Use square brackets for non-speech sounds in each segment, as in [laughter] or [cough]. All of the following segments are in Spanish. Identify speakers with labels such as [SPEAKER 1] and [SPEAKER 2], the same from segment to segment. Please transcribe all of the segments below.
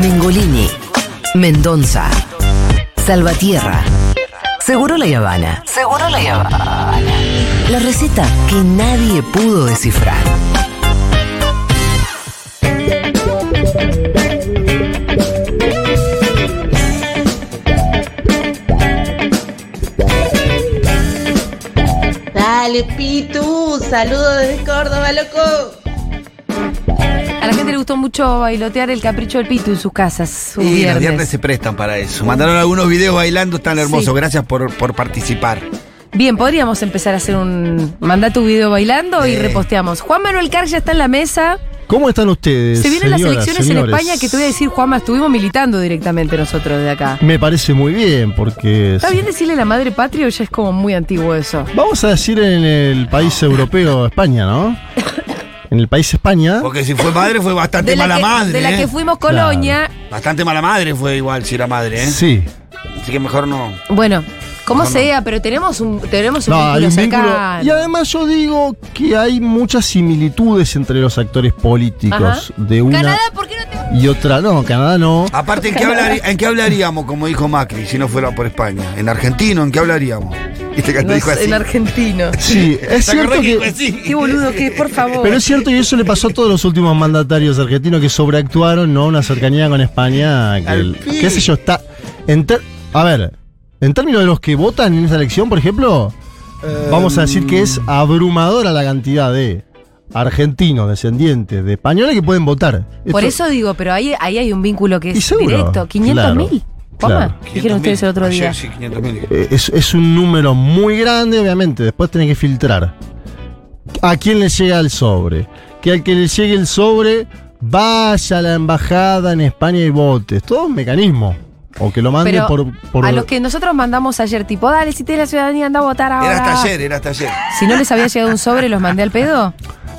[SPEAKER 1] Mengolini, Mendoza, Salvatierra, Seguro la Habana. Seguro la Habana. La receta que nadie pudo descifrar.
[SPEAKER 2] Dale, Pitu, saludos desde Córdoba, loco.
[SPEAKER 3] A la gente le gustó mucho bailotear el capricho del Pitu en sus casas. un
[SPEAKER 4] Y
[SPEAKER 3] viernes.
[SPEAKER 4] los viernes se prestan para eso. Mandaron algunos videos bailando tan hermosos.
[SPEAKER 3] Sí.
[SPEAKER 4] Gracias por, por participar.
[SPEAKER 3] Bien, podríamos empezar a hacer un. Manda tu video bailando y
[SPEAKER 4] Sí.
[SPEAKER 3] reposteamos. Juan Manuel Carr ya está en la mesa.
[SPEAKER 5] ¿Cómo están ustedes?
[SPEAKER 3] Se vienen las
[SPEAKER 5] Eh, señoras,
[SPEAKER 3] elecciones en
[SPEAKER 5] señores?
[SPEAKER 3] España que te voy a decir, Juanma, estuvimos militando directamente nosotros de acá.
[SPEAKER 5] Me parece muy bien, porque.
[SPEAKER 3] ¿Está
[SPEAKER 5] si-
[SPEAKER 3] bien decirle la madre patria o ya es como muy antiguo eso?
[SPEAKER 5] Vamos a decir en el país europeo,
[SPEAKER 3] [laughs]
[SPEAKER 5] España, ¿no? En el país España.
[SPEAKER 4] Porque si fue madre, fue bastante
[SPEAKER 3] la,
[SPEAKER 4] mala
[SPEAKER 3] que,
[SPEAKER 4] madre.
[SPEAKER 3] ¿Ah? de la
[SPEAKER 4] ¿eh?
[SPEAKER 3] que fuimos colonia.
[SPEAKER 4] Bastante mala madre fue igual si era madre, ¿eh?
[SPEAKER 5] Sí.
[SPEAKER 4] Así que mejor no.
[SPEAKER 3] Bueno, como
[SPEAKER 4] No, no.
[SPEAKER 3] sea, pero tenemos un, tenemos un
[SPEAKER 5] No, hay
[SPEAKER 3] vínculo
[SPEAKER 5] un vínculo.
[SPEAKER 3] cercano.
[SPEAKER 5] Y además yo digo que hay muchas similitudes entre los actores políticos de una
[SPEAKER 3] Canadá, ¿por qué no te
[SPEAKER 5] y otra. No, Canadá no.
[SPEAKER 4] Aparte,
[SPEAKER 3] [laughs]
[SPEAKER 4] ¿en qué, hablar- ¿en qué hablaríamos, como dijo Macri, si no fuera por España? ¿En argentino? ¿En qué hablaríamos? Viste que
[SPEAKER 3] No
[SPEAKER 4] te dijo
[SPEAKER 3] es
[SPEAKER 4] así.
[SPEAKER 3] en argentino?
[SPEAKER 5] Sí, es
[SPEAKER 4] ¿Te acordás
[SPEAKER 5] cierto
[SPEAKER 4] que dijo
[SPEAKER 5] que.
[SPEAKER 4] así?
[SPEAKER 3] Qué boludo que es, por favor.
[SPEAKER 5] Pero es cierto que eso le pasó a todos los últimos mandatarios argentinos que sobreactuaron, ¿no? Una cercanía con España que,
[SPEAKER 4] Al
[SPEAKER 5] el-
[SPEAKER 4] fin.
[SPEAKER 5] qué sé yo, está... en ter- a ver, en términos de los que votan en esta elección, por ejemplo,
[SPEAKER 4] Eh,
[SPEAKER 5] vamos
[SPEAKER 4] mm.
[SPEAKER 5] a decir que es abrumadora la cantidad de argentinos descendientes de españoles que pueden votar.
[SPEAKER 3] Por
[SPEAKER 5] Esto-
[SPEAKER 3] eso digo, pero ahí, ahí hay un vínculo que
[SPEAKER 5] Y
[SPEAKER 3] es
[SPEAKER 5] seguro,
[SPEAKER 3] directo. 500 mil.
[SPEAKER 5] claro,
[SPEAKER 3] Juanma,
[SPEAKER 5] claro.
[SPEAKER 3] dijeron ustedes el otro día.
[SPEAKER 4] Ayer sí, 500.000.
[SPEAKER 5] eh, es, es un número muy grande, obviamente, después tenés que filtrar. ¿A quién le llega el sobre? Que al que le llegue el sobre vaya a la embajada en España y vote. Es todo un mecanismo. O que lo mande
[SPEAKER 3] Pero
[SPEAKER 5] por, por-
[SPEAKER 3] a los que nosotros mandamos ayer, tipo, dale, si tienes la ciudadanía, anda a votar ahora.
[SPEAKER 4] Era hasta ayer, era hasta ayer.
[SPEAKER 3] Si no les había llegado un sobre, los mandé al pedo.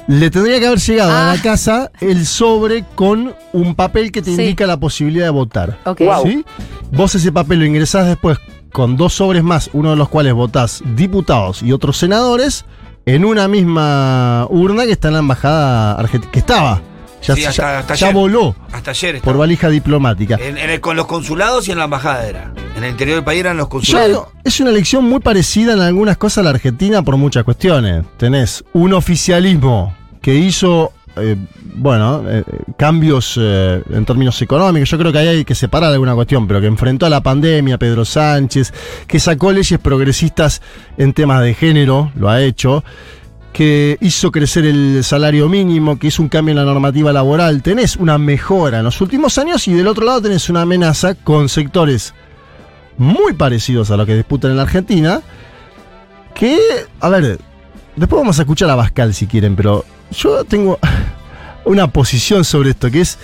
[SPEAKER 5] Le tendría que haber llegado
[SPEAKER 3] Ah.
[SPEAKER 5] a la casa el sobre con un papel que te
[SPEAKER 3] Sí.
[SPEAKER 5] indica la posibilidad de votar.
[SPEAKER 3] Ok.
[SPEAKER 5] ¿Sí? Vos ese papel lo ingresás después con dos sobres más, uno de los cuales votás diputados y otros senadores, en una misma urna que está en la embajada argentina, que estaba. Ya,
[SPEAKER 4] Sí, hasta-
[SPEAKER 5] ya-
[SPEAKER 4] hasta
[SPEAKER 5] ya
[SPEAKER 4] ayer.
[SPEAKER 5] voló
[SPEAKER 4] Hasta ayer
[SPEAKER 5] por
[SPEAKER 4] estaba.
[SPEAKER 5] valija diplomática.
[SPEAKER 4] En- en el- con los consulados y en la embajada era. En el interior del país eran los
[SPEAKER 5] Yo
[SPEAKER 4] consulados.
[SPEAKER 5] digo, es una elección muy parecida en algunas cosas a la Argentina por muchas cuestiones. Tenés un oficialismo que hizo, eh, bueno, eh, cambios eh, en términos económicos. Yo creo que ahí hay que separar alguna cuestión, pero que enfrentó a la pandemia, Pedro Sánchez, que sacó leyes progresistas en temas de género, lo ha hecho que hizo crecer el salario mínimo, que hizo un cambio en la normativa laboral, tenés una mejora en los últimos años y del otro lado tenés una amenaza con sectores muy parecidos a los que disputan en la Argentina, que, a ver, después vamos a escuchar a Bascal si quieren, pero yo tengo [laughs] una posición sobre esto, que es,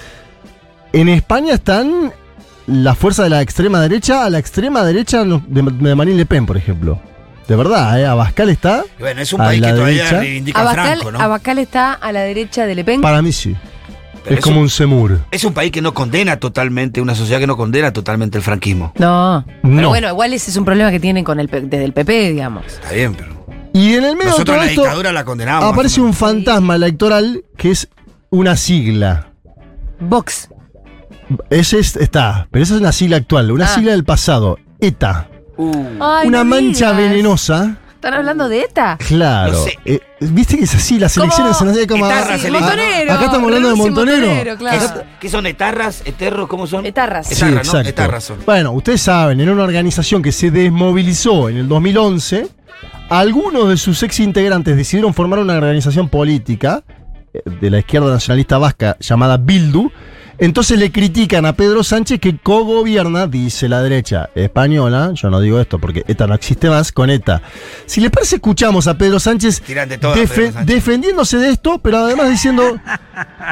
[SPEAKER 5] en España están las fuerzas de la extrema derecha a la extrema derecha de, de Marine Le Pen, por ejemplo. De verdad, ¿eh? Abascal está...
[SPEAKER 4] Y bueno, es un
[SPEAKER 5] A
[SPEAKER 4] país que
[SPEAKER 5] la
[SPEAKER 4] todavía
[SPEAKER 5] derecha.
[SPEAKER 4] reivindica a
[SPEAKER 3] Abacal,
[SPEAKER 4] Franco, ¿no?
[SPEAKER 3] Abacal está a la derecha de Le Pen.
[SPEAKER 5] Para mí sí.
[SPEAKER 4] Pero
[SPEAKER 5] es como un semur.
[SPEAKER 4] Es un país que no condena totalmente, una sociedad que no condena totalmente el franquismo.
[SPEAKER 3] No. Pero
[SPEAKER 5] No.
[SPEAKER 3] bueno, igual ese es un problema que tienen con el, P- desde el PP, digamos.
[SPEAKER 4] Está bien, pero.
[SPEAKER 5] Y en el medio
[SPEAKER 4] Nosotros la
[SPEAKER 5] de todo esto
[SPEAKER 4] dictadura la condenamos.
[SPEAKER 5] aparece un fantasma electoral que es una sigla.
[SPEAKER 3] Vox.
[SPEAKER 5] Ese es- está, pero esa es una sigla actual, una
[SPEAKER 3] Ah.
[SPEAKER 5] sigla del pasado. ETA.
[SPEAKER 4] Uh.
[SPEAKER 3] Ay,
[SPEAKER 5] una
[SPEAKER 3] no
[SPEAKER 5] mancha
[SPEAKER 3] digas.
[SPEAKER 5] venenosa.
[SPEAKER 3] ¿Están hablando de ETA?
[SPEAKER 5] Claro.
[SPEAKER 4] No sé.
[SPEAKER 5] Eh, Viste que es así, las
[SPEAKER 3] ¿Cómo?
[SPEAKER 5] elecciones se nos hacen como.
[SPEAKER 4] Etarra,
[SPEAKER 5] Ah,
[SPEAKER 4] se
[SPEAKER 3] Sí,
[SPEAKER 4] le-
[SPEAKER 3] montonero.
[SPEAKER 5] Acá estamos hablando de
[SPEAKER 3] Renuncio y
[SPEAKER 5] Montonero.
[SPEAKER 3] claro.
[SPEAKER 4] ¿Qué son etarras, eterros, cómo son?
[SPEAKER 3] Etarras.
[SPEAKER 5] Sí,
[SPEAKER 4] Etarra, ¿no?
[SPEAKER 5] exacto.
[SPEAKER 4] Etarra son.
[SPEAKER 5] Bueno, ustedes saben, en una organización que se desmovilizó en el 2011, algunos de sus ex integrantes decidieron formar una organización política eh, de la izquierda nacionalista vasca llamada Bildu. Entonces le critican a Pedro Sánchez que cogobierna, dice la derecha española, yo no digo esto porque ETA no existe más, con ETA. Si les parece, escuchamos a Pedro Sánchez,
[SPEAKER 4] Tiran de todo a Pedro
[SPEAKER 5] defe-
[SPEAKER 4] Sánchez.
[SPEAKER 5] defendiéndose de esto, pero además diciendo,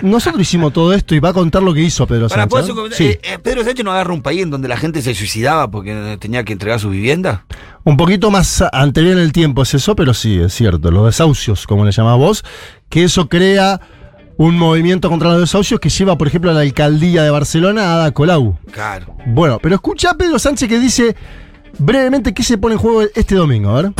[SPEAKER 5] nosotros hicimos todo esto y va a contar lo que hizo Pedro
[SPEAKER 4] Para, ¿puedo
[SPEAKER 5] Sánchez.
[SPEAKER 4] hacer
[SPEAKER 5] ¿no?
[SPEAKER 4] un comentario?
[SPEAKER 5] Sí.
[SPEAKER 4] Eh, eh, Pedro Sánchez no agarra un país en donde la gente se suicidaba porque tenía que entregar su vivienda.
[SPEAKER 5] Un poquito más anterior en el tiempo es eso, pero sí, es cierto. Los desahucios, como le llamás vos, que eso crea un movimiento contra los desahucios que lleva, por ejemplo, a la alcaldía de Barcelona, a Ada Colau.
[SPEAKER 4] Claro.
[SPEAKER 5] Bueno, pero escucha a Pedro Sánchez que dice brevemente qué se pone en juego este domingo, a ver.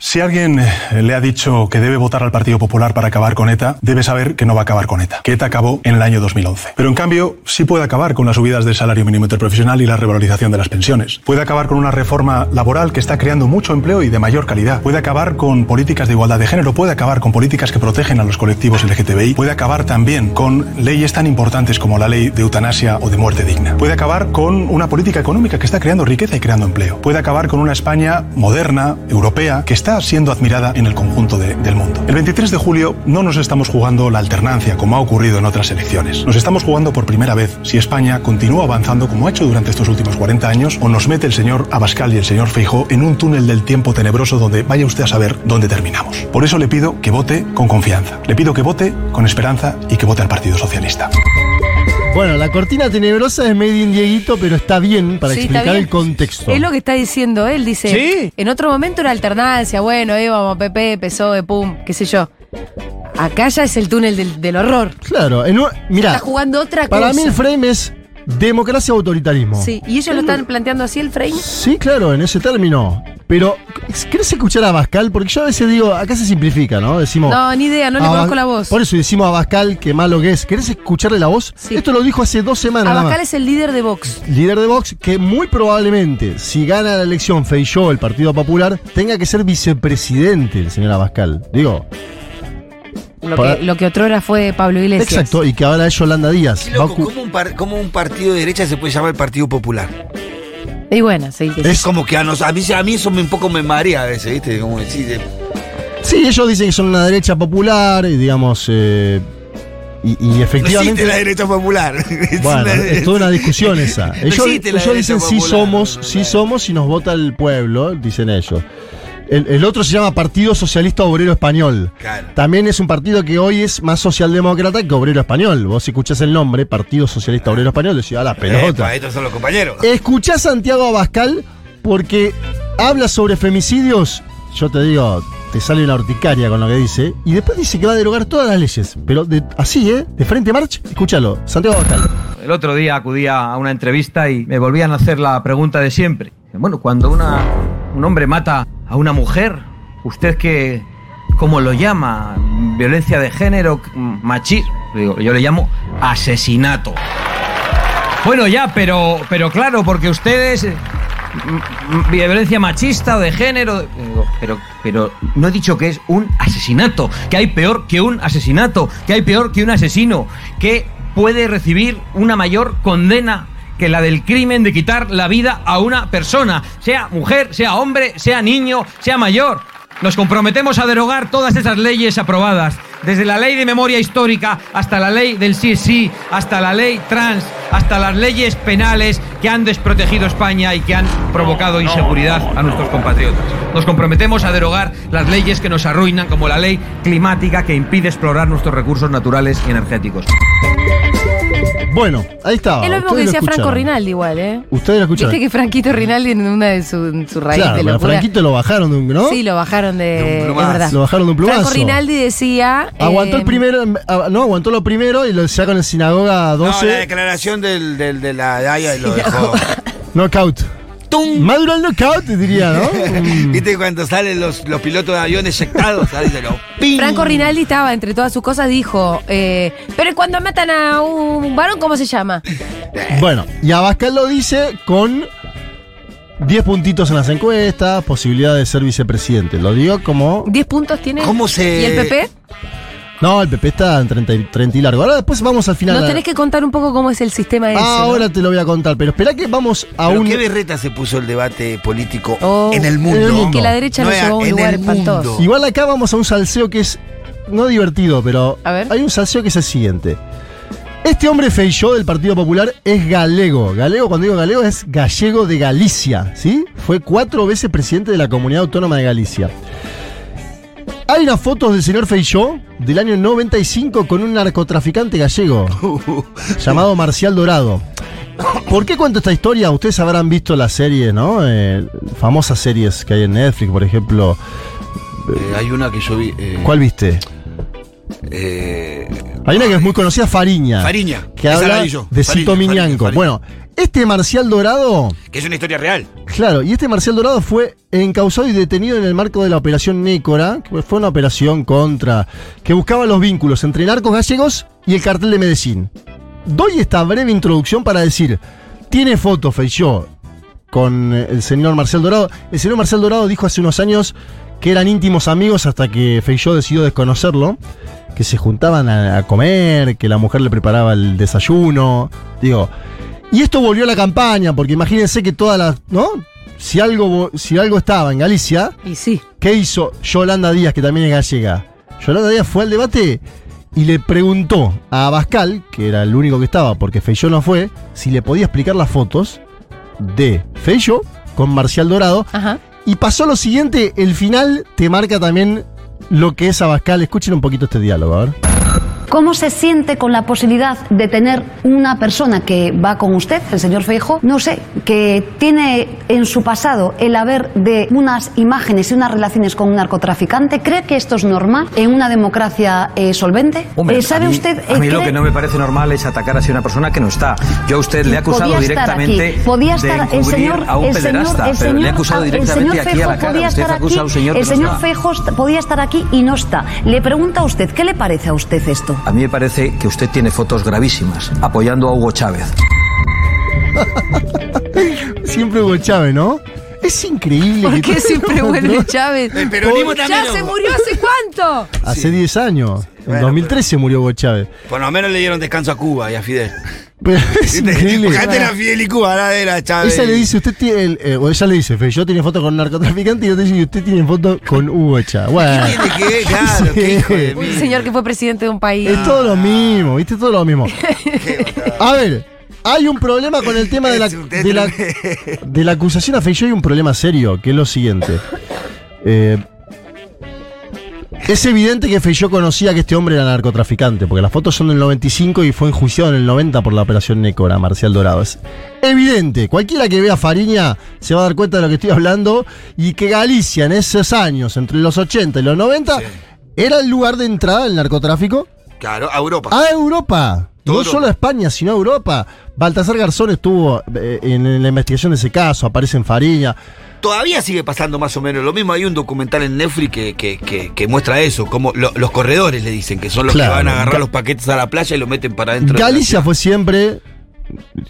[SPEAKER 6] Si alguien eh, le ha dicho que debe votar al Partido Popular para acabar con ETA, debe saber que no va a acabar con ETA, que ETA acabó en el año 2011. Pero en cambio, sí puede acabar con las subidas del salario mínimo interprofesional y la revalorización de las pensiones. Puede acabar con una reforma laboral que está creando mucho empleo y de mayor calidad. Puede acabar con políticas de igualdad de género, puede acabar con políticas que protegen a los colectivos LGTBI, puede acabar también con leyes tan importantes como la ley de eutanasia o de muerte digna. Puede acabar con una política económica que está creando riqueza y creando empleo. Puede acabar con una España moderna, europea, que está siendo admirada en el conjunto de- del mundo. El 23 de julio no nos estamos jugando la alternancia como ha ocurrido en otras elecciones. Nos estamos jugando por primera vez si España continúa avanzando como ha hecho durante estos últimos 40 años o nos mete el señor Abascal y el señor Feijó en un túnel del tiempo tenebroso donde vaya usted a saber dónde terminamos. Por eso le pido que vote con confianza. Le pido que vote con esperanza y que vote al Partido Socialista.
[SPEAKER 5] Bueno, la cortina tenebrosa es medio indieguito, pero está bien para
[SPEAKER 3] Sí, está
[SPEAKER 5] explicar
[SPEAKER 3] bien.
[SPEAKER 5] el contexto.
[SPEAKER 3] Es lo que está diciendo él, dice.
[SPEAKER 7] Sí.
[SPEAKER 3] En otro momento era alternancia, bueno, íbamos, PP, PSOE, E, pum, qué sé yo. Acá ya es el túnel del, del horror.
[SPEAKER 5] Claro, en un- mira,
[SPEAKER 3] Está jugando otra
[SPEAKER 5] para
[SPEAKER 3] cosa.
[SPEAKER 5] mí el frame es democracia o autoritarismo.
[SPEAKER 3] Sí, y ellos lo están planteando así el frame.
[SPEAKER 5] Sí, claro, en ese término. Pero, ¿querés escuchar a Bascal? Porque yo a veces digo, acá se simplifica, ¿no? Decimos.
[SPEAKER 3] No, ni idea, no le
[SPEAKER 5] a Ba-
[SPEAKER 3] conozco la voz.
[SPEAKER 5] Por eso decimos a Bascal, qué malo que es. ¿Querés escucharle la voz?
[SPEAKER 3] Sí.
[SPEAKER 5] Esto lo dijo hace dos semanas. nada más.
[SPEAKER 3] Abascal es el líder de Vox.
[SPEAKER 5] líder de Vox, que muy probablemente, si gana la elección Feijó, el Partido Popular, tenga que ser vicepresidente el señor Abascal. Digo,
[SPEAKER 3] Lo,
[SPEAKER 5] Para-
[SPEAKER 3] que, lo que otrora fue Pablo Iglesias.
[SPEAKER 5] exacto, y que ahora es Yolanda Díaz.
[SPEAKER 4] Qué
[SPEAKER 5] Va a
[SPEAKER 4] loco,
[SPEAKER 5] ocu-
[SPEAKER 4] ¿cómo un, par- cómo un partido de derecha se puede llamar el Partido Popular?
[SPEAKER 3] Y bueno, sí. que sí.
[SPEAKER 4] Es como que a, nos- a, mí, a mí eso me, un poco me marea a veces, ¿viste? Como decir, de-
[SPEAKER 5] Sí, ellos dicen que son una derecha popular, y digamos, eh, y, y
[SPEAKER 4] no existe
[SPEAKER 5] efectivamente...
[SPEAKER 4] la derecha popular. [laughs] Es
[SPEAKER 5] Bueno,
[SPEAKER 4] una-
[SPEAKER 5] es toda
[SPEAKER 4] [laughs]
[SPEAKER 5] una discusión esa. Ellos,
[SPEAKER 4] existe la
[SPEAKER 5] ellos
[SPEAKER 4] derecha
[SPEAKER 5] dicen sí
[SPEAKER 4] popular,
[SPEAKER 5] somos,
[SPEAKER 4] no,
[SPEAKER 5] sí
[SPEAKER 4] no.
[SPEAKER 5] somos y nos vota el pueblo, dicen ellos. El, el otro se llama Partido Socialista Obrero Español.
[SPEAKER 4] Claro.
[SPEAKER 5] También es un partido que hoy es más socialdemócrata que obrero español. Vos escuchás el nombre, Partido Socialista Obrero Español, decís, a la pelota.
[SPEAKER 4] Epa, estos son los compañeros.
[SPEAKER 5] Eh, Escuchá a Santiago Abascal porque habla sobre femicidios. Yo te digo, te sale una horticaria con lo que dice. Y después dice que va a derogar todas las leyes. Pero de- así, ¿eh? De frente march, escúchalo. Santiago Abascal.
[SPEAKER 8] El otro día acudía a una entrevista y me volvían a hacer la pregunta de siempre. Bueno, cuando una, un hombre mata a una mujer, ¿usted qué, cómo lo llama? ¿Violencia de género? ¿Machismo? Digo, yo le llamo asesinato. Bueno, ya, pero, pero claro, porque ustedes... eh, m- m- Violencia machista o de género. eh, Digo, pero, pero no he dicho que es un asesinato, que hay peor que un asesinato, que hay peor que un asesino, que puede recibir una mayor condena que la del crimen de quitar la vida a una persona, sea mujer, sea hombre, sea niño, sea mayor. Nos comprometemos a derogar todas esas leyes aprobadas, desde la ley de memoria histórica hasta la ley del sí es sí, hasta la ley trans, hasta las leyes penales que han desprotegido España y que han provocado inseguridad a nuestros compatriotas. Nos comprometemos a derogar las leyes que nos arruinan, como la ley climática que impide explorar nuestros recursos naturales y energéticos.
[SPEAKER 5] Bueno, ahí estaba.
[SPEAKER 3] es lo mismo que
[SPEAKER 5] Ustedes
[SPEAKER 3] decía Franco
[SPEAKER 5] escucharon.
[SPEAKER 3] Rinaldi igual, ¿eh?
[SPEAKER 5] Ustedes lo escucharon.
[SPEAKER 3] Viste que Franquito Rinaldi en una de sus en su raíz
[SPEAKER 5] claro,
[SPEAKER 3] de
[SPEAKER 5] pero a
[SPEAKER 3] locura.
[SPEAKER 5] Franquito lo bajaron de un, ¿no?
[SPEAKER 3] Sí, lo bajaron de.
[SPEAKER 4] De un plumazo.
[SPEAKER 3] es verdad.
[SPEAKER 5] Lo bajaron de un plumazo.
[SPEAKER 3] Franco Rinaldi decía.
[SPEAKER 5] Aguantó
[SPEAKER 3] eh,
[SPEAKER 5] el primero, ah, no, aguantó lo primero y lo sacan en sinagoga
[SPEAKER 4] No, la
[SPEAKER 5] 12.
[SPEAKER 4] declaración del, del- de la DAIA lo dejó.
[SPEAKER 5] knockout.
[SPEAKER 4] ¡Tum!
[SPEAKER 5] Maduro al knockout, diría, ¿no? Mm.
[SPEAKER 4] ¿Viste cuando salen los, los pilotos de aviones eyectados? Ahí se lo- [laughs] ¡Ping!
[SPEAKER 3] Franco Rinaldi estaba, entre todas sus cosas, dijo. eh, pero cuando matan a un varón, ¿cómo se llama?
[SPEAKER 5] Bueno, y Abascal lo dice con 10 puntitos en las encuestas, posibilidad de ser vicepresidente. Lo digo como.
[SPEAKER 3] 10 puntos tiene.
[SPEAKER 4] ¿Cómo se-
[SPEAKER 3] ¿Y el PP?
[SPEAKER 5] No, el PP está en 30 y, 30 y largo. Ahora después vamos al final.
[SPEAKER 3] No tenés que contar un poco cómo es el sistema ese.
[SPEAKER 5] Ah,
[SPEAKER 3] ¿no?
[SPEAKER 5] ahora te lo voy a contar, pero espera que vamos [laughs] a
[SPEAKER 4] Pero
[SPEAKER 5] un.
[SPEAKER 4] qué berreta se puso el debate político
[SPEAKER 3] Oh,
[SPEAKER 4] en el
[SPEAKER 5] en el
[SPEAKER 4] mundo.
[SPEAKER 5] mundo.
[SPEAKER 3] Que la derecha
[SPEAKER 4] No
[SPEAKER 3] nos
[SPEAKER 4] es-
[SPEAKER 3] llevó a un
[SPEAKER 4] en
[SPEAKER 3] lugar
[SPEAKER 4] el mundo.
[SPEAKER 3] espantoso.
[SPEAKER 5] Igual acá vamos a un salseo que es. No divertido, pero.
[SPEAKER 3] A ver.
[SPEAKER 5] Hay un salseo que es el siguiente. Este hombre Feijó del Partido Popular es galego. Galego, cuando digo galego, es gallego de Galicia, ¿sí? Fue cuatro veces presidente de la comunidad autónoma de Galicia. Hay unas fotos del señor Feijó del año 95 con un narcotraficante gallego llamado Marcial Dorado. ¿Por qué cuento esta historia? Ustedes habrán visto las series, ¿no? Eh, famosas series que hay en Netflix, por ejemplo.
[SPEAKER 4] Eh, hay una que yo vi. eh,
[SPEAKER 5] ¿Cuál viste?
[SPEAKER 4] eh,
[SPEAKER 5] Hay una que es muy conocida, Fariña.
[SPEAKER 4] Fariña.
[SPEAKER 5] Que
[SPEAKER 4] Esa
[SPEAKER 5] habla
[SPEAKER 4] la vi
[SPEAKER 5] de
[SPEAKER 4] yo. Fariña,
[SPEAKER 5] Cito
[SPEAKER 4] Fariña,
[SPEAKER 5] Miñanco.
[SPEAKER 4] Fariña.
[SPEAKER 5] Bueno, Este Marcial Dorado,
[SPEAKER 7] Que es una historia real.
[SPEAKER 5] claro, y este Marcial Dorado fue encausado y detenido en el marco de la operación Nécora, que fue una operación contra, que buscaba los vínculos entre narcos gallegos y el cartel de Medellín. Doy esta breve introducción para decir, tiene fotos, Feijóo, con eh, el señor Marcial Dorado. El señor Marcial Dorado dijo hace unos años que eran íntimos amigos hasta que Feijóo decidió desconocerlo, que se juntaban a, a comer, que la mujer le preparaba el desayuno, digo. Y esto volvió a la campaña, porque imagínense que todas las, ¿no? Si algo, vo- si algo estaba en Galicia,
[SPEAKER 3] Y
[SPEAKER 5] [laughs]
[SPEAKER 3] sí.
[SPEAKER 5] ¿Qué hizo Yolanda Díaz, que también es gallega? Yolanda Díaz fue al debate y le preguntó a Abascal, que era el único que estaba porque Feyó no fue, si le podía explicar las fotos de Feyó con Marcial Dorado.
[SPEAKER 3] Ajá.
[SPEAKER 5] Y pasó lo siguiente, el final te marca también lo que es Abascal. Escuchen un poquito este diálogo, a ver.
[SPEAKER 9] ¿Cómo se siente con la posibilidad de tener una persona que va con usted, el señor Feijo, no sé, que tiene en su pasado el haber de unas imágenes y unas relaciones con un narcotraficante? ¿Cree que esto es normal en una democracia eh, solvente?
[SPEAKER 8] Hombre,
[SPEAKER 9] Eh, ¿Sabe
[SPEAKER 8] a mí,
[SPEAKER 9] usted?
[SPEAKER 8] a
[SPEAKER 9] eh,
[SPEAKER 8] mí lo
[SPEAKER 9] cree-
[SPEAKER 8] que no me parece normal es atacar así a una persona que no está. Yo a usted le he acusado
[SPEAKER 9] Podía estar
[SPEAKER 8] directamente
[SPEAKER 9] aquí.
[SPEAKER 8] de
[SPEAKER 9] Podía estar el
[SPEAKER 8] encubrir
[SPEAKER 9] señor,
[SPEAKER 8] a un
[SPEAKER 9] el señor,
[SPEAKER 8] pederasta,
[SPEAKER 9] el
[SPEAKER 8] pero
[SPEAKER 9] señor,
[SPEAKER 8] le he acusado
[SPEAKER 9] el
[SPEAKER 8] directamente
[SPEAKER 9] señor
[SPEAKER 8] aquí a la
[SPEAKER 9] Feijóo podía
[SPEAKER 8] cara. Usted
[SPEAKER 9] estar
[SPEAKER 8] acusa a un
[SPEAKER 9] aquí,
[SPEAKER 8] señor que
[SPEAKER 9] El
[SPEAKER 8] no
[SPEAKER 9] señor
[SPEAKER 8] está.
[SPEAKER 9] Feijóo est- podía estar aquí y no está. Le pregunta a usted, ¿qué le parece a usted esto?
[SPEAKER 8] A mí me parece que usted tiene fotos gravísimas apoyando a Hugo Chávez.
[SPEAKER 5] Siempre Hugo Chávez, ¿no? Es increíble.
[SPEAKER 3] ¿Por
[SPEAKER 5] que
[SPEAKER 3] qué
[SPEAKER 5] todo-
[SPEAKER 3] siempre
[SPEAKER 5] ¿no?
[SPEAKER 3] vuelve Chávez?
[SPEAKER 7] El peronismo también.
[SPEAKER 3] ¡Ya
[SPEAKER 7] Hugo.
[SPEAKER 3] se murió hace cuánto!
[SPEAKER 5] Hace 10 años. en
[SPEAKER 4] Bueno,
[SPEAKER 5] 2013 murió Hugo Chávez. [laughs]
[SPEAKER 7] Por lo menos le dieron descanso a Cuba y a Fidel.
[SPEAKER 5] Pero es
[SPEAKER 4] ¿Viste?
[SPEAKER 5] increíble.
[SPEAKER 4] Porque antes era Fidel y Cuba, ahora era Chávez.
[SPEAKER 5] Ella le dice, usted tiene, el- eh, o ella le dice, "Fe, yo tiene foto con un narcotraficante y yo te dice, usted tiene foto con Hugo Chá. Bueno,
[SPEAKER 4] ¿Tiene que?
[SPEAKER 5] [laughs]
[SPEAKER 4] Claro, qué hijo de
[SPEAKER 3] Un
[SPEAKER 4] mil.
[SPEAKER 3] señor que fue presidente de un país.
[SPEAKER 5] es todo lo mismo, viste, todo lo mismo. A ver, hay un problema con el tema de la,
[SPEAKER 4] Es un
[SPEAKER 5] de la, de la acusación a Feijóo, hay un problema serio, que es lo siguiente. Eh, es evidente que Feijóo conocía que este hombre era narcotraficante, porque las fotos son del 95 y fue enjuiciado en el 90 por la operación Nécora, Marcial Dorado. Es evidente, cualquiera que vea Fariña se va a dar cuenta de lo que estoy hablando y que Galicia en esos años, entre los 80 y los 90, era el lugar de entrada del narcotráfico
[SPEAKER 7] Claro, a Europa.
[SPEAKER 5] a Ah, Europa.
[SPEAKER 7] Todo
[SPEAKER 5] no
[SPEAKER 7] Europa.
[SPEAKER 5] solo a España, sino a Europa. Baltasar Garzón estuvo eh, en la investigación de ese caso, aparece en Farilla.
[SPEAKER 7] Todavía sigue pasando más o menos lo mismo. Hay un documental en Netflix que, que- que- que muestra eso, como lo- los corredores le dicen, que son los
[SPEAKER 5] Claro.
[SPEAKER 7] que van a
[SPEAKER 5] Ga-
[SPEAKER 7] agarrar los paquetes a la playa y los meten para adentro. de la
[SPEAKER 5] Galicia
[SPEAKER 7] ciudad.
[SPEAKER 5] fue siempre,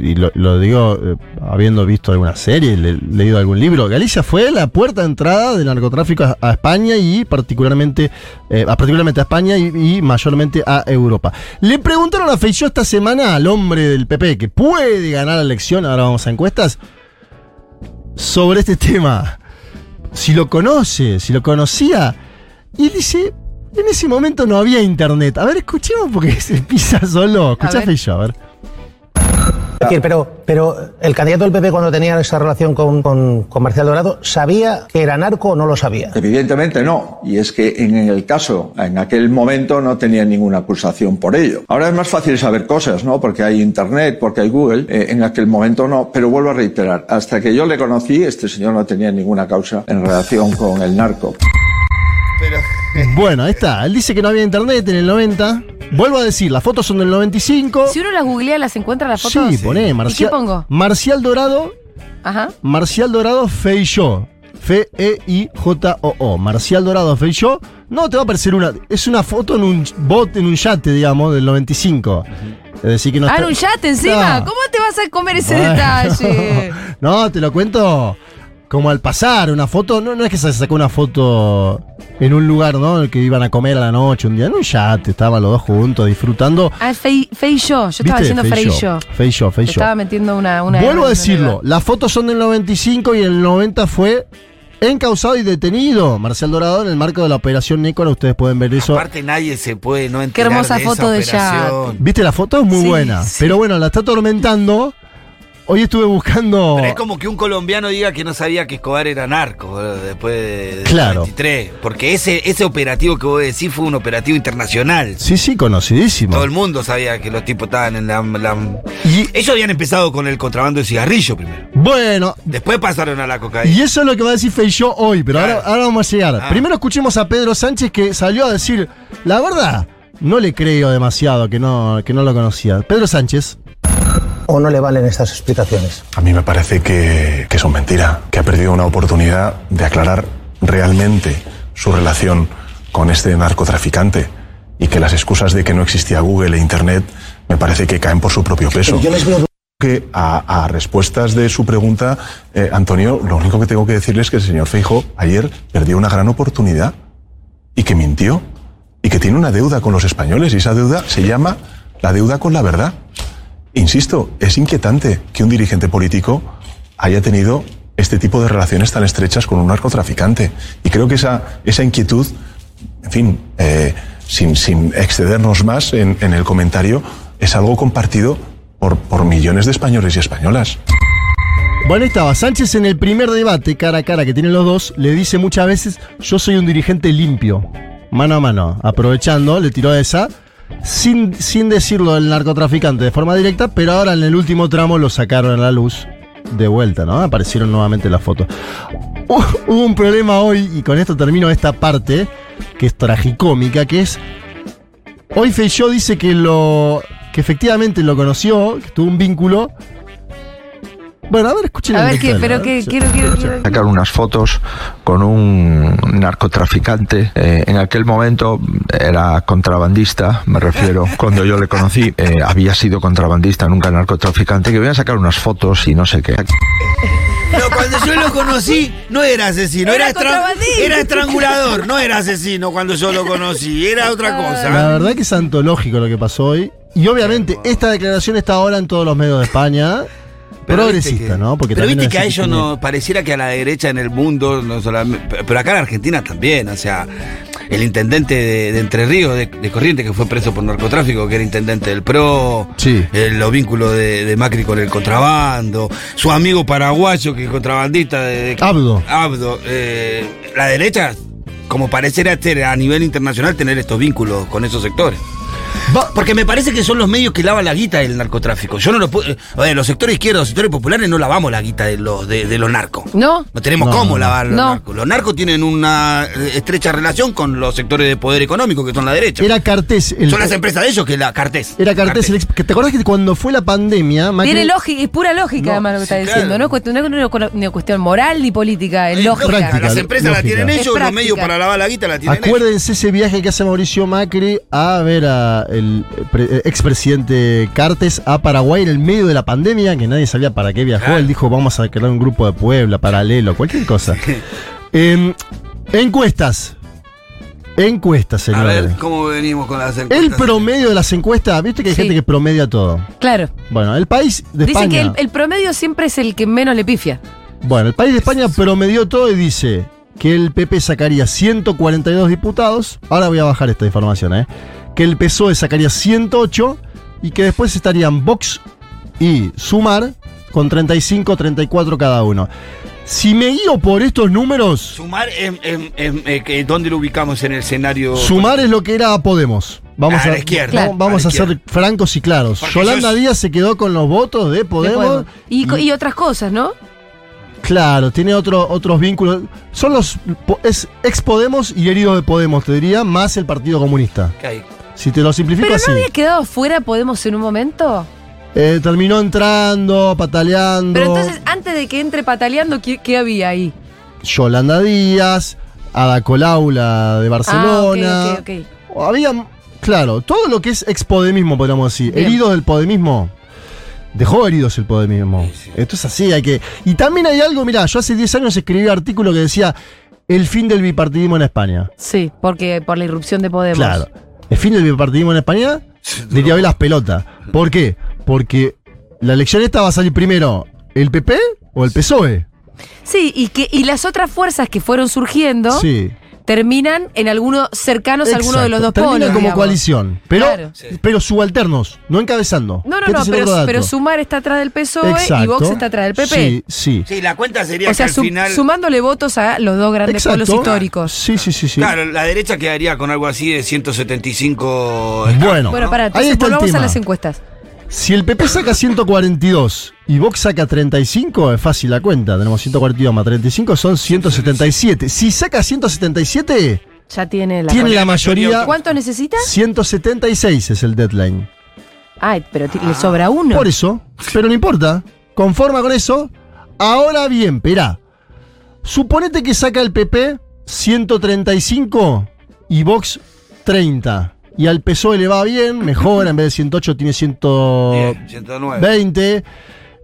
[SPEAKER 5] y lo, lo digo eh, habiendo visto alguna serie, le- leído algún libro, Galicia fue la puerta de entrada del narcotráfico a, a España y particularmente, eh, a- particularmente a España y, y mayormente a Europa. Le preguntaron a Feijóo esta semana al hombre del PP que puede ganar la elección, ahora vamos a encuestas, sobre este tema. Si lo conoce, si lo conocía. Y él dice, en ese momento no había internet. A ver, escuchemos porque [laughs] se pisa solo. Escuchá
[SPEAKER 3] A ver.
[SPEAKER 5] Feijóo, a ver.
[SPEAKER 10] Es decir, pero, pero el candidato del PP cuando tenía esa relación con, con, con Marcial Dorado, ¿sabía que era narco o no lo sabía?
[SPEAKER 11] Evidentemente no, y es que en el caso, en aquel momento no tenía ninguna acusación por ello. Ahora es más fácil saber cosas, ¿no? Porque hay Internet, porque hay Google, eh, en aquel momento no, pero vuelvo a reiterar, hasta que yo le conocí, este señor no tenía ninguna causa en relación con el narco.
[SPEAKER 4] Pero-
[SPEAKER 5] Bueno, ahí está. Él dice que no había internet en el 90. Vuelvo a decir, las fotos son del 95.
[SPEAKER 3] Si uno las googlea, las encuentra las fotos.
[SPEAKER 5] Sí, poné, Marcial.
[SPEAKER 3] ¿Y qué pongo?
[SPEAKER 5] Marcial Dorado,
[SPEAKER 3] Ajá.
[SPEAKER 5] Marcial Dorado E Feijó. F-E-I-J-O-O. Marcial Dorado Feijó. No te va a aparecer una. Es una foto en un bot, en un yate, digamos, del 95. Es decir, que no
[SPEAKER 3] ah,
[SPEAKER 5] está-
[SPEAKER 3] en un yate encima.
[SPEAKER 5] No.
[SPEAKER 3] ¿Cómo te vas a comer ese
[SPEAKER 5] Bueno. [laughs]
[SPEAKER 3] detalle?
[SPEAKER 5] No, te lo cuento como al pasar, una foto. No, no es que se sacó una foto en un lugar, ¿no? En el que iban a comer a la noche, un día. En un yate, estaban los dos juntos disfrutando.
[SPEAKER 3] Ah, es Fei, Fei yo. Yo estaba
[SPEAKER 5] ¿Viste?
[SPEAKER 3] diciendo Fei yo.
[SPEAKER 5] Fei yo, Fei
[SPEAKER 3] Te
[SPEAKER 5] yo.
[SPEAKER 3] estaba metiendo una. una
[SPEAKER 5] Vuelvo a
[SPEAKER 3] una-
[SPEAKER 5] decirlo, las fotos son del 95 y en el 90 fue encausado y detenido Marcial Dorado en el marco de la operación Nicola. Ustedes pueden ver eso.
[SPEAKER 4] Aparte nadie se puede no enterar
[SPEAKER 3] Qué hermosa
[SPEAKER 4] de esa
[SPEAKER 3] foto de Jack.
[SPEAKER 4] operación.
[SPEAKER 5] ¿Viste la foto? Es muy
[SPEAKER 3] Sí,
[SPEAKER 5] buena.
[SPEAKER 3] sí.
[SPEAKER 5] Pero bueno, la está atormentando. Hoy estuve buscando.
[SPEAKER 7] Pero es como que un colombiano diga que no sabía que Escobar era narco boludo, después de, de
[SPEAKER 5] Claro.
[SPEAKER 7] 93. Porque ese, ese operativo que vos decís fue un operativo internacional.
[SPEAKER 5] Sí, sí, conocidísimo.
[SPEAKER 7] Todo el mundo sabía que los tipos estaban en la, la-
[SPEAKER 5] Y
[SPEAKER 7] Ellos habían empezado con el contrabando de cigarrillo primero.
[SPEAKER 5] bueno,
[SPEAKER 7] Después pasaron a la cocaína.
[SPEAKER 5] Y eso es lo que va a decir Feijóo hoy, pero
[SPEAKER 7] Claro.
[SPEAKER 5] ahora, ahora vamos a llegar.
[SPEAKER 7] Ah.
[SPEAKER 5] Primero escuchemos a Pedro Sánchez que salió a decir, la verdad, no le creo demasiado que no, que no lo conocía. Pedro Sánchez.
[SPEAKER 10] o no le valen estas explicaciones?
[SPEAKER 6] A mí me parece que, que es una mentira, que ha perdido una oportunidad de aclarar realmente su relación con este narcotraficante y que las excusas de que no existía Google e Internet me parece que caen por su propio peso.
[SPEAKER 10] Pero yo les veo-
[SPEAKER 6] que a, a respuestas de su pregunta, eh, Antonio, lo único que tengo que decirles es que el señor Feijo ayer perdió una gran oportunidad y que mintió y que tiene una deuda con los españoles y esa deuda se llama la deuda con la verdad. Insisto, es inquietante que un dirigente político haya tenido este tipo de relaciones tan estrechas con un narcotraficante y creo que esa, esa inquietud, en fin, eh, sin, sin excedernos más en, en el comentario, es algo compartido por, por millones de españoles y españolas.
[SPEAKER 5] Bueno, ahí estaba. Sánchez en el primer debate, cara a cara que tienen los dos, le dice muchas veces: Yo soy un dirigente limpio. Mano a mano. Aprovechando, le tiró esa. Sin, sin decirlo del narcotraficante de forma directa, pero ahora en el último tramo lo sacaron a la luz de vuelta, ¿no? Aparecieron nuevamente las fotos. Hu- [laughs] Hubo un problema hoy, y con esto termino esta parte, que es tragicómica, que es Hoy Feijóo dice que lo. que efectivamente lo conoció, que tuvo un vínculo. Bueno, a ver, escuchen
[SPEAKER 3] A
[SPEAKER 5] el
[SPEAKER 3] ver, qué,
[SPEAKER 5] detalle,
[SPEAKER 3] pero
[SPEAKER 5] ¿eh?
[SPEAKER 3] que
[SPEAKER 5] Sí.
[SPEAKER 3] quiero, quiero, quiero.
[SPEAKER 12] sacaron unas fotos con un narcotraficante. Eh, en aquel momento era contrabandista, me refiero. Cuando yo le conocí, eh, había sido contrabandista, nunca narcotraficante. Que voy a sacar unas fotos y no sé qué.
[SPEAKER 4] Pero cuando yo lo conocí, no era asesino, era,
[SPEAKER 3] Era
[SPEAKER 4] estra-
[SPEAKER 3] contrabandista.
[SPEAKER 4] era estrangulador, no era asesino cuando yo lo conocí, era otra
[SPEAKER 5] La
[SPEAKER 4] cosa.
[SPEAKER 5] verdad que es antológico lo que pasó hoy. Y obviamente, esta declaración está ahora en todos los medios de España. progresista, ¿no? Porque
[SPEAKER 7] pero
[SPEAKER 5] también
[SPEAKER 7] viste que a
[SPEAKER 5] decís
[SPEAKER 7] ellos
[SPEAKER 5] tiene-
[SPEAKER 7] no pareciera que a la derecha en el mundo, no solamente, pero acá en Argentina también, o sea, el intendente de, de Entre Ríos, de, de Corrientes, que fue preso por narcotráfico, que era intendente del PRO, eh, los vínculos de, de Macri con el contrabando, su amigo paraguayo que es contrabandista de... de-
[SPEAKER 5] Abdo.
[SPEAKER 7] Abdo, Ah, eh, la derecha, como pareciera ser a nivel internacional, tener estos vínculos con esos sectores. [laughs] Porque me parece que son los medios que lavan la guita del narcotráfico. Yo no lo puedo. a ver, los sectores izquierdos, los sectores populares no lavamos la guita de los, de, de los narcos.
[SPEAKER 3] ¿No?
[SPEAKER 7] No tenemos
[SPEAKER 5] No,
[SPEAKER 7] cómo
[SPEAKER 5] no.
[SPEAKER 7] lavar los
[SPEAKER 3] No.
[SPEAKER 7] narcos. Los narcos tienen una eh, estrecha relación con los sectores de poder económico, que son la derecha.
[SPEAKER 5] Era Cartés. el- eh,
[SPEAKER 7] son las empresas de ellos que la Cartés.
[SPEAKER 5] Era Cartés. el ex- que- ¿Te acordás que cuando fue la pandemia. Macri-
[SPEAKER 3] Tiene lógica, es pura lógica,
[SPEAKER 5] No,
[SPEAKER 3] además, lo que está
[SPEAKER 7] sí, claro.
[SPEAKER 3] diciendo. No es cuestión- no es una, una cuestión moral ni política, es
[SPEAKER 7] Es
[SPEAKER 3] lógica.
[SPEAKER 5] práctica.
[SPEAKER 7] Las empresas la
[SPEAKER 5] lógica.
[SPEAKER 7] tienen
[SPEAKER 3] Es
[SPEAKER 7] ellos, los
[SPEAKER 3] práctica.
[SPEAKER 7] medios para lavar la guita la tienen ellos.
[SPEAKER 5] Acuérdense ese viaje que hace Mauricio Macri a ver a el eh, pre- expresidente Cartes a Paraguay en el medio de la pandemia, que nadie sabía para qué viajó.
[SPEAKER 7] Claro.
[SPEAKER 5] Él dijo, vamos a crear un grupo de Puebla, paralelo, cualquier cosa. Em, encuestas. Encuestas,
[SPEAKER 7] A
[SPEAKER 5] señores.
[SPEAKER 7] ver cómo venimos con las encuestas.
[SPEAKER 5] El promedio de las encuestas, viste que hay
[SPEAKER 3] Sí.
[SPEAKER 5] gente que promedia todo.
[SPEAKER 3] Claro.
[SPEAKER 5] Bueno, el país de
[SPEAKER 3] Dicen que
[SPEAKER 5] España.
[SPEAKER 3] el, el promedio siempre es el que menos le pifia.
[SPEAKER 5] Bueno, el país de España promedió todo y dice que el PP sacaría 142 diputados. Ahora voy a bajar esta información, ¿eh? Que el PSOE sacaría 108 y que después estarían Vox y Sumar con 35, 34 cada uno. Si me guío por estos números,
[SPEAKER 7] Sumar, em, em, em, eh, que- ¿dónde lo ubicamos en el escenario?
[SPEAKER 5] Sumar es lo que era Podemos. Vamos
[SPEAKER 7] A
[SPEAKER 5] a,
[SPEAKER 7] la izquierda.
[SPEAKER 5] vamos- vamos
[SPEAKER 7] A
[SPEAKER 5] a,
[SPEAKER 7] la
[SPEAKER 5] ser francos y claros.
[SPEAKER 7] Porque
[SPEAKER 5] Yolanda
[SPEAKER 7] yo-
[SPEAKER 5] Díaz se quedó con los votos de
[SPEAKER 3] de
[SPEAKER 5] Podemos. Mm.
[SPEAKER 3] Podemos. Y, co- y otras cosas, ¿no?
[SPEAKER 5] Claro, tiene otro, otros vínculos. Son los. po- Es ex Podemos y heridos de Podemos, te diría, más el Partido Comunista.
[SPEAKER 7] ¿Qué hay?
[SPEAKER 5] Si te lo simplifico
[SPEAKER 3] Pero
[SPEAKER 5] así.
[SPEAKER 3] no había quedado fuera Podemos en un momento.
[SPEAKER 5] Eh, terminó entrando, pataleando.
[SPEAKER 3] Pero entonces, antes de que entre pataleando, ¿qué, qué había ahí?
[SPEAKER 5] Yolanda Díaz, Ada Colau, la de Barcelona.
[SPEAKER 3] Ah, ok, ok, ok.
[SPEAKER 5] Había. Claro, todo lo que es ex Podemismo, podríamos decir.
[SPEAKER 3] Bien.
[SPEAKER 5] Heridos del Podemismo. Dejó heridos el Podemismo. Esto es así, hay que. Y también hay algo, mirá, yo hace 10 años escribí un artículo que decía. El fin del bipartidismo en España.
[SPEAKER 3] Sí, porque por la irrupción de Podemos.
[SPEAKER 5] Claro. El fin del bipartidismo en España, diría hoy las pelotas. ¿Por qué? Porque la elección esta va a salir primero el PP o E. el PSOE.
[SPEAKER 3] Sí, y, que, y las otras fuerzas que fueron surgiendo
[SPEAKER 5] Sí.
[SPEAKER 3] terminan en algunos cercanos a alguno de los
[SPEAKER 5] Exacto.
[SPEAKER 3] dos
[SPEAKER 5] Terminan
[SPEAKER 3] polos.
[SPEAKER 5] como
[SPEAKER 3] digamos.
[SPEAKER 5] coalición. Pero,
[SPEAKER 3] Claro.
[SPEAKER 5] pero subalternos, no encabezando.
[SPEAKER 3] No, no,
[SPEAKER 5] Este
[SPEAKER 3] no,
[SPEAKER 5] es el
[SPEAKER 3] pero,
[SPEAKER 5] otro dato.
[SPEAKER 3] pero Sumar está atrás del PSOE E y
[SPEAKER 5] Exacto.
[SPEAKER 3] Vox está atrás del PP.
[SPEAKER 5] Sí, sí.
[SPEAKER 7] Sí, la cuenta sería
[SPEAKER 3] O sea,
[SPEAKER 7] que al
[SPEAKER 3] sum-
[SPEAKER 7] final.
[SPEAKER 3] sumándole votos a los dos grandes
[SPEAKER 5] Exacto.
[SPEAKER 3] polos históricos.
[SPEAKER 5] Sí, sí, sí, sí.
[SPEAKER 7] Claro, la derecha quedaría con algo así de 175.
[SPEAKER 5] Bueno,
[SPEAKER 3] Bueno, para,
[SPEAKER 5] ahí
[SPEAKER 3] entonces
[SPEAKER 5] está el
[SPEAKER 3] volvamos
[SPEAKER 5] tema.
[SPEAKER 3] a las encuestas.
[SPEAKER 5] Si el PP saca 142 y Vox saca 35, es fácil la cuenta. Tenemos 142 más 35, son 177. Si saca 177,
[SPEAKER 3] Ya tiene la.
[SPEAKER 5] tiene la mayoría.
[SPEAKER 3] ¿Cuánto necesita?
[SPEAKER 5] 176 es el deadline.
[SPEAKER 3] Ay, pero ti- le sobra uno.
[SPEAKER 5] Ah. Por eso, pero no importa. Conforma con eso. Ahora bien, perá. Suponete que saca el PP 135 y Vox 30. Y al PSOE E le va bien, mejora, en vez de 108 tiene 120.
[SPEAKER 7] 109.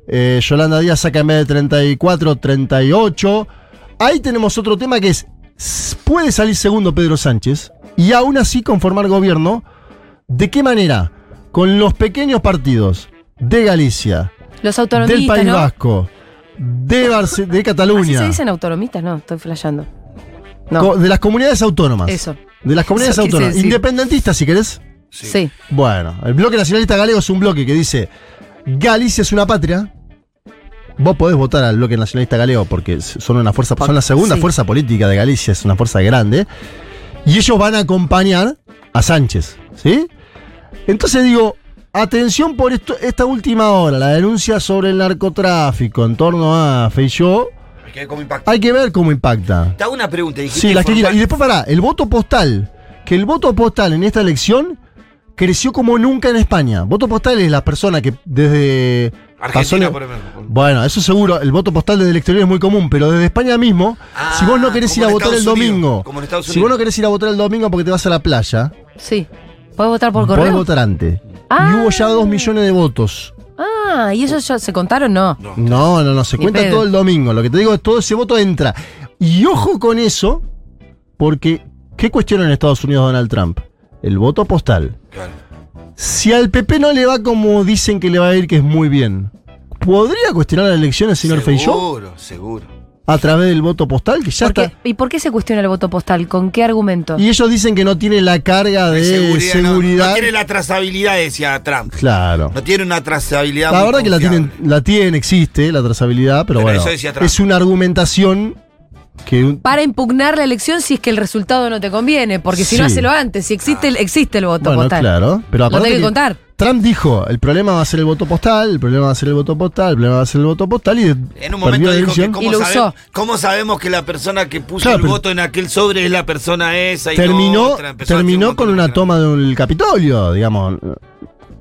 [SPEAKER 5] Eh, Yolanda Díaz saca en vez de 34, 38. Ahí tenemos otro tema que es, s- puede salir segundo Pedro Sánchez y aún así conformar gobierno. ¿De qué manera? Con los pequeños partidos de Galicia,
[SPEAKER 3] Los
[SPEAKER 5] del
[SPEAKER 3] autonomistas,
[SPEAKER 5] País
[SPEAKER 3] ¿no?
[SPEAKER 5] Vasco, de, Barce-
[SPEAKER 3] Así
[SPEAKER 5] de
[SPEAKER 3] se
[SPEAKER 5] Cataluña,
[SPEAKER 3] dicen autonomistas, no, estoy flasheando.
[SPEAKER 5] co- de las comunidades autónomas.
[SPEAKER 3] Eso.
[SPEAKER 5] De las comunidades
[SPEAKER 3] Eso quise
[SPEAKER 5] autónomas.
[SPEAKER 3] decir.
[SPEAKER 5] Independentistas, si querés.
[SPEAKER 3] Sí.
[SPEAKER 5] Bueno, el bloque nacionalista galego es un bloque que dice Galicia es una patria. Vos podés votar al bloque nacionalista galego porque son una fuerza, son la segunda
[SPEAKER 13] sí.
[SPEAKER 5] fuerza política de Galicia, es una fuerza grande. Y ellos van a acompañar a Sánchez, ¿sí? Entonces digo, atención por esto, esta última hora, la denuncia sobre el narcotráfico en torno a Feijóo. Hay que ver cómo impacta.
[SPEAKER 7] Te hago una pregunta. dijiste
[SPEAKER 5] Sí, las que
[SPEAKER 7] formar-
[SPEAKER 5] quieras. Y después pará, el voto postal. Que el voto postal en esta elección creció como nunca en España. Voto postal es la persona que desde.
[SPEAKER 7] Argentina,
[SPEAKER 5] pasó-
[SPEAKER 7] por ejemplo.
[SPEAKER 5] Bueno, eso seguro. El voto postal desde el exterior es muy común, pero desde España mismo, si vos no querés
[SPEAKER 7] Ah, como
[SPEAKER 5] ir a
[SPEAKER 7] en
[SPEAKER 5] votar el
[SPEAKER 7] Estados Unidos,
[SPEAKER 5] domingo,
[SPEAKER 7] como en Estados
[SPEAKER 5] si vos
[SPEAKER 7] Unidos.
[SPEAKER 5] no querés ir a votar el domingo porque te vas a la playa,
[SPEAKER 3] Sí. ¿Puedes votar por correo?
[SPEAKER 5] podés votar antes. Y hubo ya dos millones de votos.
[SPEAKER 3] Ah, ¿y ellos ya se contaron? No.
[SPEAKER 5] No, no, no, se
[SPEAKER 3] Ni
[SPEAKER 5] cuenta
[SPEAKER 3] pedo.
[SPEAKER 5] todo el domingo. Lo que te digo es todo ese voto entra. Y ojo con eso, porque ¿qué cuestiona en Estados Unidos Donald Trump? El voto postal. Si al PP no le va como dicen que le va a ir, que es muy bien, ¿podría cuestionar las elecciones, señor Feijóo?
[SPEAKER 7] Seguro, seguro.
[SPEAKER 5] A través del voto postal, que ya
[SPEAKER 3] ¿Por
[SPEAKER 5] está.
[SPEAKER 3] qué? ¿Y por qué se cuestiona el voto postal? ¿Con qué argumento?
[SPEAKER 5] Y ellos dicen que no tiene la carga de Eh, seguridad.
[SPEAKER 7] no- No, tiene la trazabilidad, decía Trump.
[SPEAKER 5] Claro.
[SPEAKER 7] No tiene una trazabilidad.
[SPEAKER 5] La
[SPEAKER 7] muy
[SPEAKER 5] verdad que la
[SPEAKER 7] confiable.
[SPEAKER 5] tienen, la tiene, existe la trazabilidad,
[SPEAKER 7] Pero
[SPEAKER 5] pero, bueno,
[SPEAKER 7] eso decía Trump.
[SPEAKER 5] es una argumentación que un-
[SPEAKER 3] Para impugnar la elección si es que el resultado no te conviene, porque si no,
[SPEAKER 5] Sí.
[SPEAKER 3] hacelo antes. Si existe, el- existe el voto
[SPEAKER 5] Bueno,
[SPEAKER 3] postal.
[SPEAKER 5] claro, pero
[SPEAKER 3] Lo
[SPEAKER 5] aparte
[SPEAKER 3] tenés que
[SPEAKER 5] que-
[SPEAKER 3] contar.
[SPEAKER 5] Trump dijo, el problema va a ser el voto postal, el problema va a ser el voto postal, el problema va a ser el voto postal y
[SPEAKER 7] En un momento dijo que cómo, sabe-
[SPEAKER 5] usó.
[SPEAKER 7] cómo sabemos que la persona que puso
[SPEAKER 5] Claro,
[SPEAKER 7] el
[SPEAKER 5] pero-
[SPEAKER 7] voto en aquel sobre es la persona esa y no
[SPEAKER 5] terminó,
[SPEAKER 7] otra? Empezó a hacer
[SPEAKER 5] terminó con una toma del Capitolio, digamos.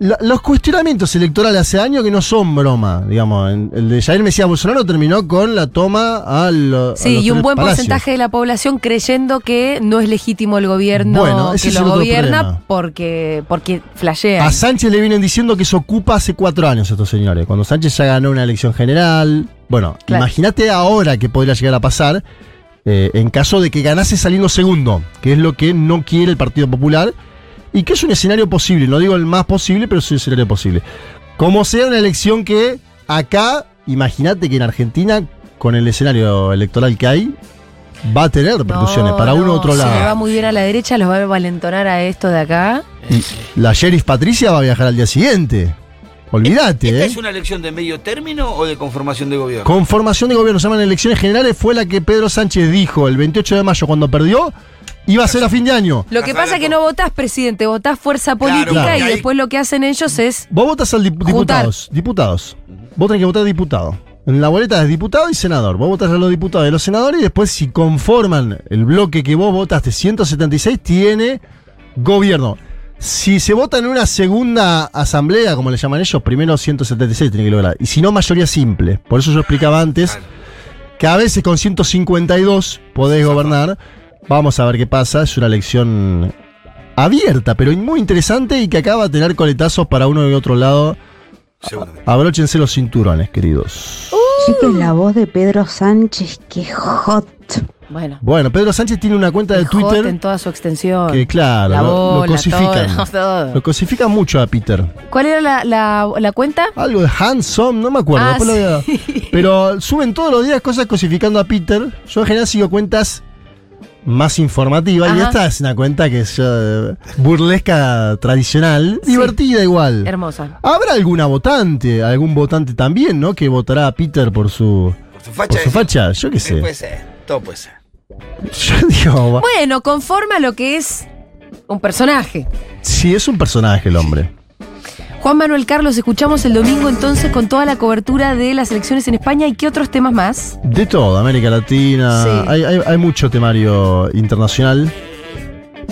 [SPEAKER 5] La- los cuestionamientos electorales hace años que no son broma, digamos. En- El de Jair Mesías Bolsonaro terminó con la toma al
[SPEAKER 3] Sí, y un buen porcentaje de la población creyendo que no es legítimo el gobierno
[SPEAKER 5] Bueno, ese
[SPEAKER 3] que
[SPEAKER 5] es
[SPEAKER 3] lo
[SPEAKER 5] el otro
[SPEAKER 3] gobierna
[SPEAKER 5] problema.
[SPEAKER 3] porque, porque flashea.
[SPEAKER 5] A Sánchez le vienen diciendo que se ocupa hace cuatro años estos señores, cuando Sánchez ya ganó una elección general. Bueno,
[SPEAKER 3] Claro.
[SPEAKER 5] imagínate ahora que podría llegar a pasar eh, en caso de que ganase saliendo segundo, que es lo que no quiere el Partido Popular, y que es un escenario posible, no digo el más posible, pero es un escenario posible. Como sea una elección que acá, imagínate que en Argentina, con el escenario electoral que hay, va a tener repercusiones
[SPEAKER 3] No,
[SPEAKER 5] para uno u
[SPEAKER 3] no,
[SPEAKER 5] otro
[SPEAKER 3] si
[SPEAKER 5] lado.
[SPEAKER 3] le va muy bien a la derecha, los va a valentonar a esto de acá.
[SPEAKER 5] Y la sheriff Patricia va a viajar al día siguiente. Olvídate,
[SPEAKER 7] ¿Esta
[SPEAKER 5] ¿eh?
[SPEAKER 7] Este es una elección de medio término o de conformación de gobierno?
[SPEAKER 5] Conformación de gobierno, se llaman elecciones generales, fue la que Pedro Sánchez dijo el 28 de mayo cuando perdió, iba a ser a fin de año.
[SPEAKER 3] Lo que pasa es que no votás presidente, votás fuerza política
[SPEAKER 5] porque
[SPEAKER 3] y
[SPEAKER 5] ahí-
[SPEAKER 3] después lo que hacen ellos es.
[SPEAKER 5] Vos votas al dip- diputados, diputados. Vos tenés que votar diputado. En la boleta es diputado y senador. Vos votás a los diputados y a los senadores y después si conforman el bloque que vos votaste, 176, tiene gobierno. Si se vota en una segunda asamblea, como le llaman ellos, primero 176 tiene que lograr. Y si no, mayoría simple. Por eso yo explicaba antes que a veces con 152 podés gobernar. Vamos a ver qué pasa. Es una elección abierta, pero muy interesante y que acaba de tener coletazos para uno y otro lado. Abróchense los cinturones, queridos.
[SPEAKER 14] Chicos, la voz de Pedro Sánchez, qué hot.
[SPEAKER 3] Bueno,
[SPEAKER 5] Bueno, Pedro Sánchez tiene una cuenta de
[SPEAKER 3] Twitter
[SPEAKER 5] Twitter
[SPEAKER 3] en toda su extensión.
[SPEAKER 5] que, claro,
[SPEAKER 3] La
[SPEAKER 5] lo- lo,
[SPEAKER 3] bola,
[SPEAKER 5] cosifican.
[SPEAKER 3] todo, todo. [laughs]
[SPEAKER 5] Lo cosifican mucho a Peter.
[SPEAKER 3] ¿Cuál era la, la- la cuenta?
[SPEAKER 5] Algo de handsome, no me acuerdo.
[SPEAKER 3] Ah,
[SPEAKER 5] después lo voy a- Pero suben todos los días cosas cosificando a Peter. Yo en general sigo cuentas más informativas y
[SPEAKER 3] Ajá.
[SPEAKER 5] esta es una cuenta que es eh, burlesca tradicional, divertida igual.
[SPEAKER 3] Hermosa.
[SPEAKER 5] Habrá alguna votante, algún votante también, ¿no? Que votará a Peter por su, por
[SPEAKER 7] su
[SPEAKER 5] facha. yo qué sé.
[SPEAKER 7] Puede ser, todo puede ser.
[SPEAKER 5] [laughs] Yo digo, va-
[SPEAKER 3] Bueno, conforma lo que es un personaje.
[SPEAKER 5] sí, es un personaje el hombre.
[SPEAKER 3] Juan Manuel Carlos, escuchamos el domingo entonces con toda la cobertura de las elecciones en España y qué otros temas más.
[SPEAKER 5] De todo, América Latina.
[SPEAKER 3] Sí.
[SPEAKER 5] Hay, hay- hay mucho temario internacional.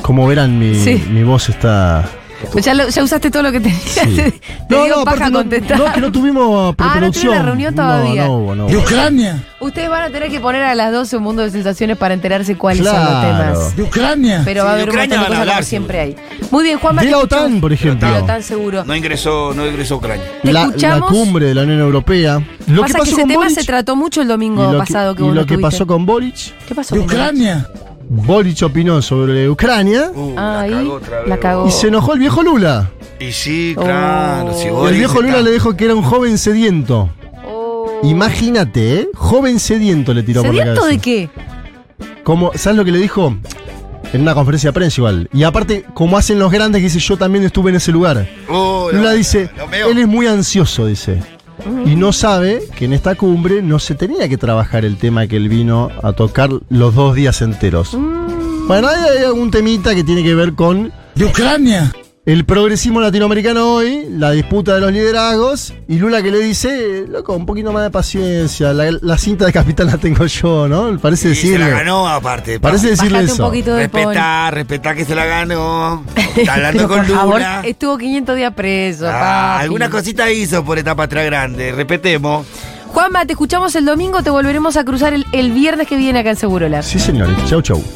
[SPEAKER 5] Como verán, mi,
[SPEAKER 3] Sí.
[SPEAKER 5] mi voz está
[SPEAKER 3] Pues Ya, lo- ya usaste todo lo que tenías. [laughs] Te, te dio
[SPEAKER 5] aparte
[SPEAKER 3] paja contestar.
[SPEAKER 5] No, es que no tuvimos
[SPEAKER 3] Ah, no
[SPEAKER 5] preproducción.
[SPEAKER 3] tuvieron la reunión todavía.
[SPEAKER 5] No, no hubo, no
[SPEAKER 3] ¿De
[SPEAKER 5] hubo.
[SPEAKER 3] Ucrania? Ustedes van a tener que poner a las 12 un mundo de sensaciones para enterarse cuáles son los
[SPEAKER 5] Claro.
[SPEAKER 3] temas.
[SPEAKER 5] De
[SPEAKER 3] Ucrania. Pero va a
[SPEAKER 7] Sí, de
[SPEAKER 3] haber un montón
[SPEAKER 7] Ucrania
[SPEAKER 3] de
[SPEAKER 7] van a
[SPEAKER 3] cosas como
[SPEAKER 7] hablar,
[SPEAKER 3] siempre hay. Muy bien, Juan
[SPEAKER 5] De la OTAN, por ejemplo.
[SPEAKER 3] La OTAN seguro.
[SPEAKER 7] No ingresó, no ingresó a Ucrania.
[SPEAKER 3] Te
[SPEAKER 5] La, la
[SPEAKER 3] escuchamos.
[SPEAKER 5] cumbre de la Unión Europea. Lo
[SPEAKER 3] Pasa
[SPEAKER 5] que pasó
[SPEAKER 3] ese
[SPEAKER 5] con
[SPEAKER 3] tema
[SPEAKER 5] Boric.
[SPEAKER 3] se trató mucho el
[SPEAKER 5] y
[SPEAKER 3] domingo
[SPEAKER 5] lo que,
[SPEAKER 3] pasado que
[SPEAKER 5] y
[SPEAKER 3] vos no
[SPEAKER 5] lo que
[SPEAKER 3] estuviste.
[SPEAKER 5] pasó con Boric.
[SPEAKER 3] ¿Qué pasó con
[SPEAKER 5] Boric opinó sobre Ucrania.
[SPEAKER 7] Uh,
[SPEAKER 3] Ahí la
[SPEAKER 5] Y
[SPEAKER 3] cagó.
[SPEAKER 5] se enojó el viejo Lula.
[SPEAKER 7] Y sí, claro. si vos
[SPEAKER 5] el
[SPEAKER 7] dices,
[SPEAKER 5] viejo Lula le dijo que era un joven sediento. Imagínate, ¿eh? Joven sediento le tiró
[SPEAKER 3] Oh. ¿Sediento
[SPEAKER 5] por la
[SPEAKER 3] de
[SPEAKER 5] cabeza.
[SPEAKER 3] qué?
[SPEAKER 5] Como, ¿Sabes lo que le dijo? En una conferencia de prensa igual. Y aparte, como hacen los grandes, que dice, yo también estuve en ese lugar.
[SPEAKER 7] Uh,
[SPEAKER 4] Oh,
[SPEAKER 5] Lula dice, él es muy ansioso, dice. Y no sabe que en esta cumbre no se tenía que trabajar el tema que él vino a tocar los dos días enteros. Bueno, hay, hay algún temita que tiene que ver con... Mm. ¡De Ucrania! El progresismo latinoamericano hoy, la disputa de los liderazgos, y Lula que le dice, loco, un poquito más de paciencia, la, la cinta de capital la tengo yo, ¿no? Parece
[SPEAKER 7] Y se
[SPEAKER 5] decirle...
[SPEAKER 7] la ganó aparte. pa.
[SPEAKER 5] Parece decirle eso.
[SPEAKER 7] Respetá, respetá que se la
[SPEAKER 3] [laughs]
[SPEAKER 7] ganó. Está hablando
[SPEAKER 3] Pero,
[SPEAKER 7] con
[SPEAKER 3] por favor,
[SPEAKER 7] Lula.
[SPEAKER 3] estuvo 500 días preso.
[SPEAKER 7] Ah,
[SPEAKER 3] papi.
[SPEAKER 7] alguna cosita hizo por etapa atrás grande. Repetemos.
[SPEAKER 3] Juanma, te escuchamos el domingo, te volveremos a cruzar el, el viernes que viene acá en Segurola.
[SPEAKER 5] Sí, señores. Chau, chau.